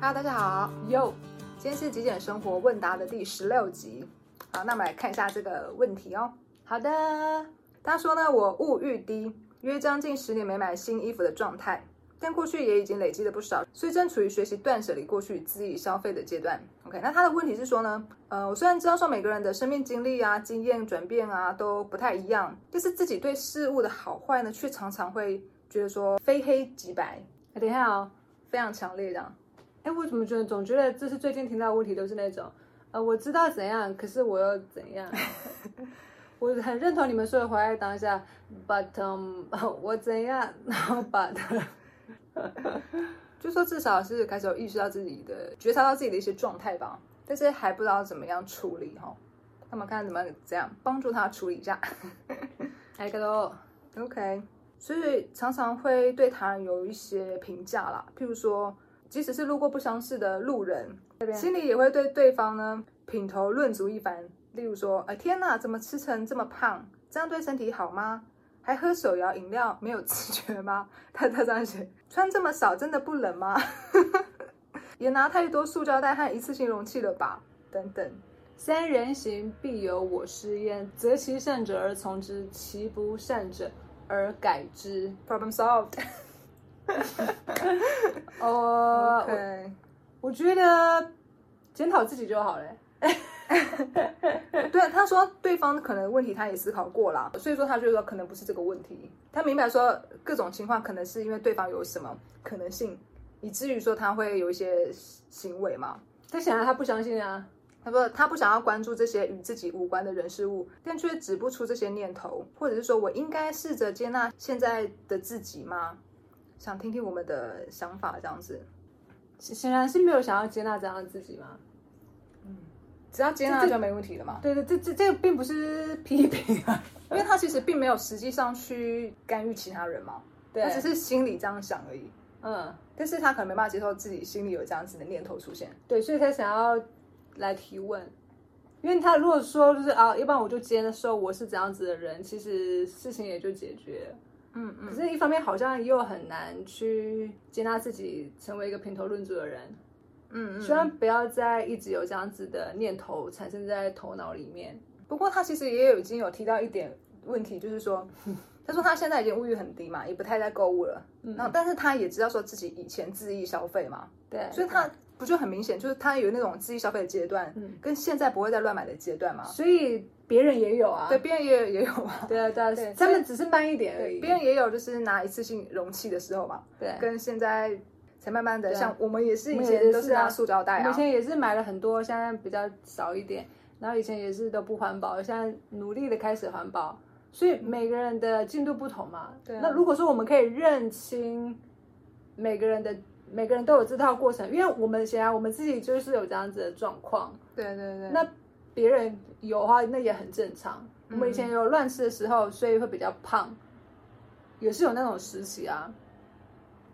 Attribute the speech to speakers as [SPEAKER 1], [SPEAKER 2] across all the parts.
[SPEAKER 1] Hello，大家好，
[SPEAKER 2] 哟，
[SPEAKER 1] 今天是极简生活问答的第十六集。好，那我们来看一下这个问题哦。
[SPEAKER 2] 好的，
[SPEAKER 1] 他说呢，我物欲低，约将近十年没买新衣服的状态，但过去也已经累积了不少，所以正处于学习断舍离过去自己消费的阶段。OK，那他的问题是说呢，呃，我虽然知道说每个人的生命经历啊、经验转变啊都不太一样，但是自己对事物的好坏呢，却常常会觉得说非黑即白，
[SPEAKER 2] 哎等一下哦，
[SPEAKER 1] 非常强烈这样。
[SPEAKER 2] 哎，我怎么觉得总觉得这是最近听到的问题都是那种，呃，我知道怎样，可是我又怎样？ 我很认同你们说的活在当下，but、um, 我怎样，然后 but
[SPEAKER 1] 就说至少是开始有意识到自己的、觉察到自己的一些状态吧，但是还不知道怎么样处理哈、哦。那么看怎么怎样帮助他处理一下。
[SPEAKER 2] 哎，个都
[SPEAKER 1] OK，所以常常会对他人有一些评价啦，譬如说，即使是路过不相识的路人，
[SPEAKER 2] 这边
[SPEAKER 1] 心里也会对对方呢品头论足一番。例如说，哎天哪，怎么吃成这么胖？这样对身体好吗？还喝手摇饮料没有知觉吗？ 他他这样写，穿这么少真的不冷吗？ 也拿太多塑胶袋和一次性容器了吧？等等，
[SPEAKER 2] 三人行必有我师焉，择其善者而从之，其不善者而改之。
[SPEAKER 1] ，problem solved。呃
[SPEAKER 2] 哦、我
[SPEAKER 1] OK，
[SPEAKER 2] 我觉得检讨自己就好了。
[SPEAKER 1] 对，他说对方可能问题他也思考过啦，所以说他就说可能不是这个问题，他明白说各种情况可能是因为对方有什么可能性，以至于说他会有一些行为嘛。
[SPEAKER 2] 他显然他不相信啊。
[SPEAKER 1] 他说他不想要关注这些与自己无关的人事物，但却止不出这些念头，或者是说我应该试着接纳现在的自己吗？想听听我们的想法，这样子，
[SPEAKER 2] 显显然是没有想要接纳这样的自己嘛。
[SPEAKER 1] 只要接纳就没问题了嘛。
[SPEAKER 2] 对对，这这这个并不是批评啊，
[SPEAKER 1] 因为他其实并没有实际上去干预其他人嘛，
[SPEAKER 2] 对
[SPEAKER 1] 他只是心里这样想而已。
[SPEAKER 2] 嗯，
[SPEAKER 1] 但是他可能没办法接受自己心里有这样子的念头出现。
[SPEAKER 2] 对，所以才想要来提问，因为他如果说就是啊，要不然我就接受我是怎样子的人，其实事情也就解决了。
[SPEAKER 1] 嗯
[SPEAKER 2] 可，是，一方面好像又很难去接纳自己成为一个评头论足的人，
[SPEAKER 1] 嗯
[SPEAKER 2] 希望不要再一直有这样子的念头产生在头脑里面。
[SPEAKER 1] 不过他其实也有已经有提到一点问题，就是 说，他说他现在已经物欲很低嘛，也不太在购物了。
[SPEAKER 2] 嗯
[SPEAKER 1] 然后，但是他也知道说自己以前恣意消费嘛，
[SPEAKER 2] 对，
[SPEAKER 1] 所以他不就很明显，就是他有那种恣意消费的阶段，
[SPEAKER 2] 嗯
[SPEAKER 1] 跟现在不会再乱买的阶段嘛。
[SPEAKER 2] 所以别人也有啊，
[SPEAKER 1] 对，别人也也有嘛，
[SPEAKER 2] 对啊对啊
[SPEAKER 1] 对
[SPEAKER 2] 他们只是慢一点而已。
[SPEAKER 1] 别人也有就是拿一次性容器的时候嘛，
[SPEAKER 2] 对，
[SPEAKER 1] 跟现在才慢慢的，
[SPEAKER 2] 对啊
[SPEAKER 1] 像我们也是以
[SPEAKER 2] 我们
[SPEAKER 1] 前
[SPEAKER 2] 也
[SPEAKER 1] 都是
[SPEAKER 2] 是啊
[SPEAKER 1] 拿塑胶袋
[SPEAKER 2] 我以
[SPEAKER 1] 啊，
[SPEAKER 2] 前也是买了很多，现在比较少一点。然后以前也是都不环保，现在努力的开始环保。所以每个人的进度不同嘛。
[SPEAKER 1] 对啊
[SPEAKER 2] 那如果说我们可以认清每个人的每个人都有这套过程，因为我们显然我们自己就是有这样子的状况。
[SPEAKER 1] 对对对，
[SPEAKER 2] 那别人有的话，那也很正常。我们
[SPEAKER 1] 嗯
[SPEAKER 2] 以前也有乱吃的时候，所以会比较胖，也是有那种时期啊。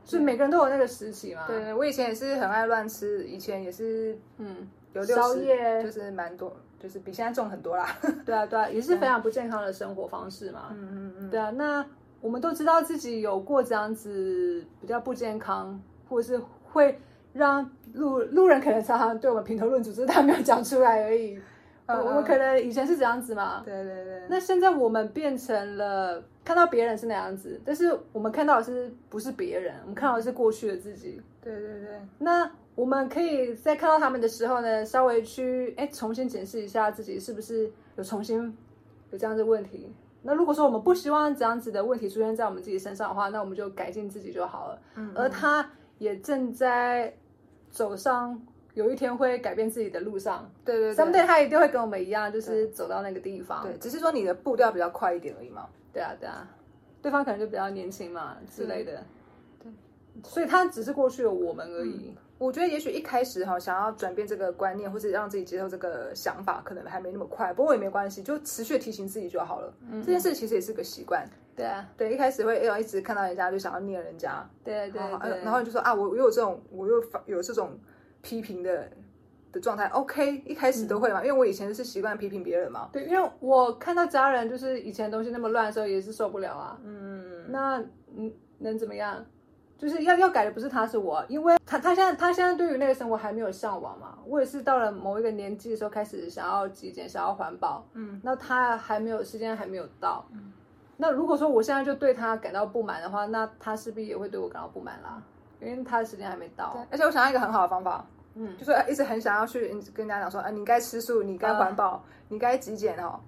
[SPEAKER 2] 所以每个人都有那个时期嘛。
[SPEAKER 1] 对，我以前也是很爱乱吃，以前也是
[SPEAKER 2] 嗯。
[SPEAKER 1] 有六
[SPEAKER 2] 宵
[SPEAKER 1] 十，
[SPEAKER 2] 夜
[SPEAKER 1] 就是蛮多，就是比现在重很多啦。
[SPEAKER 2] 对啊，对啊，也是非常不健康的生活方式嘛。
[SPEAKER 1] 嗯嗯嗯，
[SPEAKER 2] 对啊，那我们都知道自己有过这样子比较不健康，或是会让路路人可能常常对我们评头论足，只是他没有讲出来而已。我
[SPEAKER 1] 嗯
[SPEAKER 2] 我们可能以前是这样子嘛，
[SPEAKER 1] 对对对，
[SPEAKER 2] 那现在我们变成了看到别人是那样子，但是我们看到的是不是别人？我们看到的是过去的自己。
[SPEAKER 1] 对对对，
[SPEAKER 2] 那我们可以在看到他们的时候呢，稍微去哎重新检视一下自己是不是有重新有这样的问题。那如果说我们不希望这样子的问题出现在我们自己身上的话，那我们就改进自己就好了。
[SPEAKER 1] 嗯
[SPEAKER 2] 而他也正在走上有一天会改变自己的路上，
[SPEAKER 1] 对对
[SPEAKER 2] 咱们对
[SPEAKER 1] 对
[SPEAKER 2] 他一定会跟我们一样，就是走到那个地方。
[SPEAKER 1] 对，只是说你的步调比较快一点而已嘛。
[SPEAKER 2] 对啊，对啊，对方可能就比较年轻嘛之类的。
[SPEAKER 1] 对，
[SPEAKER 2] 所以他只是过去的我们而已。
[SPEAKER 1] 我觉得也许一开始哈，想要转变这个观念，或者让自己接受这个想法，可能还没那么快。不过也没关系，就持续地提醒自己就好了。嗯、这件事其实也是个习惯。
[SPEAKER 2] 对啊，
[SPEAKER 1] 对，一开始会哎呦一直看到人家就想要念人家，
[SPEAKER 2] 对对
[SPEAKER 1] 好好，
[SPEAKER 2] 对。
[SPEAKER 1] 然后你就说啊，我我有这种，我又发有这种批评的的状态。OK，一开始
[SPEAKER 2] 嗯
[SPEAKER 1] 都会嘛，因为我以前是习惯批评别人嘛。
[SPEAKER 2] 对，因为我看到家人就是以前东西那么乱的时候，也是受不了啊。
[SPEAKER 1] 嗯，
[SPEAKER 2] 那嗯，能怎么样？就是要要改的不是他是我，因为他他现在他现在对于那个生活还没有向往嘛。我也是到了某一个年纪的时候开始想要极简，想要环保，
[SPEAKER 1] 嗯，
[SPEAKER 2] 那他还没有时间还没有到，嗯。那如果说我现在就对他感到不满的话，那他势必也会对我感到不满啦，因为他的时间还没到
[SPEAKER 1] 对。，而且我想到一个很好的方法，
[SPEAKER 2] 嗯
[SPEAKER 1] 就是一直很想要去跟大家讲说，啊，你该吃素，你该环保，你该极简哦。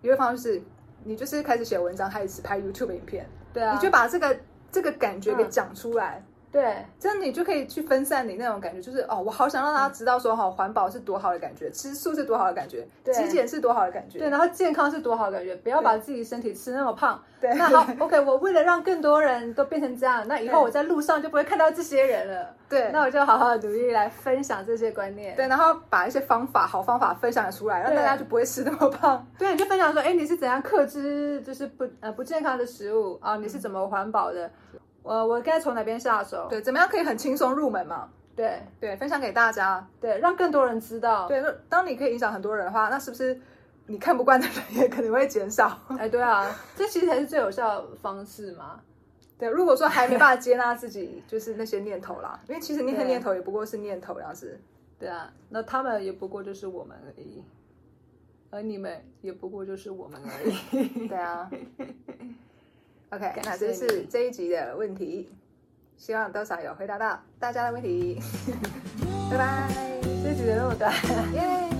[SPEAKER 1] 有一个方式是，你就是开始写文章，开始拍 YouTube 影片，
[SPEAKER 2] 对啊，
[SPEAKER 1] 你就把这个这个感觉给
[SPEAKER 2] 嗯
[SPEAKER 1] 讲出来。
[SPEAKER 2] 对
[SPEAKER 1] 这样你就可以去分散你那种感觉，就是哦，我好想让大
[SPEAKER 2] 嗯
[SPEAKER 1] 家知道说，哈、哦环保是多好的感觉，吃素是多好的感觉，
[SPEAKER 2] 对
[SPEAKER 1] 极简是多好的感觉。
[SPEAKER 2] 对，然后健康是多好的感觉，不要把自己身体吃那么胖。
[SPEAKER 1] 对
[SPEAKER 2] 那好，OK，我为了让更多人都变成这样，那以后
[SPEAKER 1] 对
[SPEAKER 2] 我在路上就不会看到这些人了。
[SPEAKER 1] 对
[SPEAKER 2] 那我就好好地努力来分享这些观念。
[SPEAKER 1] 对，然后把一些方法、好方法分享出来，让
[SPEAKER 2] 对
[SPEAKER 1] 大家就不会吃那么胖。
[SPEAKER 2] 对，你就分享说，哎，你是怎样克制就是不呃不健康的食物啊？
[SPEAKER 1] 嗯
[SPEAKER 2] 你是怎么环保的？我我该从哪边下手？
[SPEAKER 1] 对，怎么样可以很轻松入门嘛？
[SPEAKER 2] 对
[SPEAKER 1] 对，分享给大家。
[SPEAKER 2] 对，让更多人知道。，
[SPEAKER 1] 对，那当你可以影响很多人的话，那是不是你看不惯的人也可能会减少？
[SPEAKER 2] 哎，对啊，这其实才是最有效的方式嘛。
[SPEAKER 1] 对，如果说还没办法接纳自己，就是那些念头啦，因为其实那些
[SPEAKER 2] 对
[SPEAKER 1] 念头也不过是念头，这样 子。
[SPEAKER 2] 对啊，那他们也不过就是我们而已，而你们也不过就是我们而已。
[SPEAKER 1] 对 啊。OK，
[SPEAKER 2] 感
[SPEAKER 1] 那
[SPEAKER 2] 谢
[SPEAKER 1] 这是
[SPEAKER 2] 你
[SPEAKER 1] 这一集的问题，希望多少 有回答到大家的问题。拜拜，
[SPEAKER 2] 这集的那么短。
[SPEAKER 1] 耶、